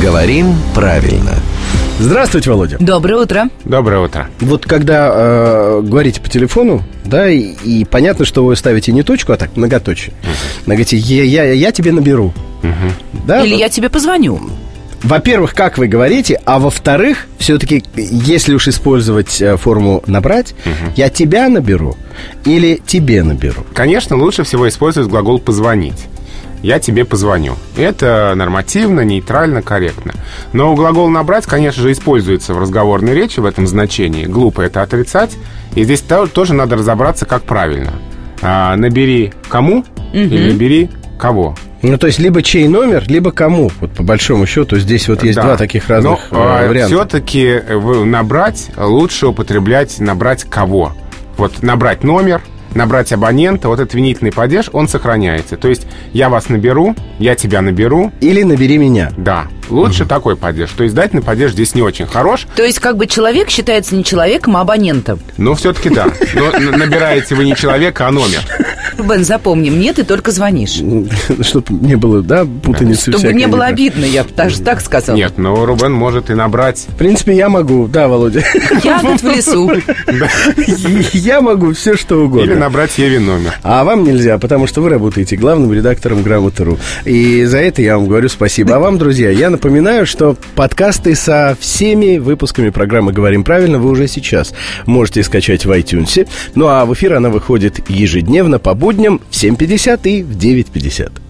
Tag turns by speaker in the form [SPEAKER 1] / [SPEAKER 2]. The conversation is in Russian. [SPEAKER 1] Говорим правильно.
[SPEAKER 2] Здравствуйте, Володя.
[SPEAKER 3] Доброе утро.
[SPEAKER 4] Доброе утро.
[SPEAKER 2] Вот когда э, говорите по телефону, да, и, и понятно, что вы ставите не точку, а так многоточие. Говорите, я, я, я тебе наберу. Э, Да,
[SPEAKER 3] Или
[SPEAKER 2] вот.
[SPEAKER 3] я тебе позвоню.
[SPEAKER 2] Во-первых, как вы говорите, а во-вторых, все-таки, если уж использовать э, форму набрать, я тебя наберу или тебе наберу.
[SPEAKER 4] Конечно, лучше всего использовать глагол «позвонить». Я тебе позвоню. Это нормативно, нейтрально, корректно. Но глагол «набрать», конечно же, используется в разговорной речи в этом значении. Глупо это отрицать. И здесь то- тоже надо разобраться, как правильно. А, набери кому или набери кого.
[SPEAKER 2] Ну, то есть, либо чей номер, либо кому. Вот по большому счету, здесь вот есть два таких разных э, варианта.
[SPEAKER 4] Все-таки э, набрать лучше употреблять набрать кого. Вот набрать номер, набрать абонента, вот этот винительный падеж, он сохраняется. То есть я вас наберу, я тебя наберу.
[SPEAKER 2] Или набери меня.
[SPEAKER 4] Да, лучше такой падеж. То есть дать на падеж здесь не очень хорош,
[SPEAKER 3] То есть, как бы человек считается не человеком, а абонентом.
[SPEAKER 4] но все-таки да. Но н- набираете вы не человека, а номер.
[SPEAKER 3] Бен, запомни, мне ты только звонишь.
[SPEAKER 2] Чтобы не было, да, путаницы
[SPEAKER 3] Чтобы
[SPEAKER 2] всякой.
[SPEAKER 3] не было
[SPEAKER 2] Да.
[SPEAKER 3] обидно, я бы даже так сказала.
[SPEAKER 4] Нет, но Рубен может и набрать.
[SPEAKER 2] В принципе, я могу, да, Володя.
[SPEAKER 3] Ягод в лесу.
[SPEAKER 2] Я могу все, что
[SPEAKER 4] Или
[SPEAKER 2] угодно.
[SPEAKER 4] набрать Еве номер.
[SPEAKER 2] А вам нельзя, потому что вы работаете главным редактором Грамоты.ру. И за это я вам говорю спасибо. А вам, друзья, я напоминаю, что подкасты со всеми выпусками программы «Говорим правильно» вы уже сейчас можете скачать в iTunes. Ну а в эфир она выходит ежедневно по будням в 7.50 и в 9.50.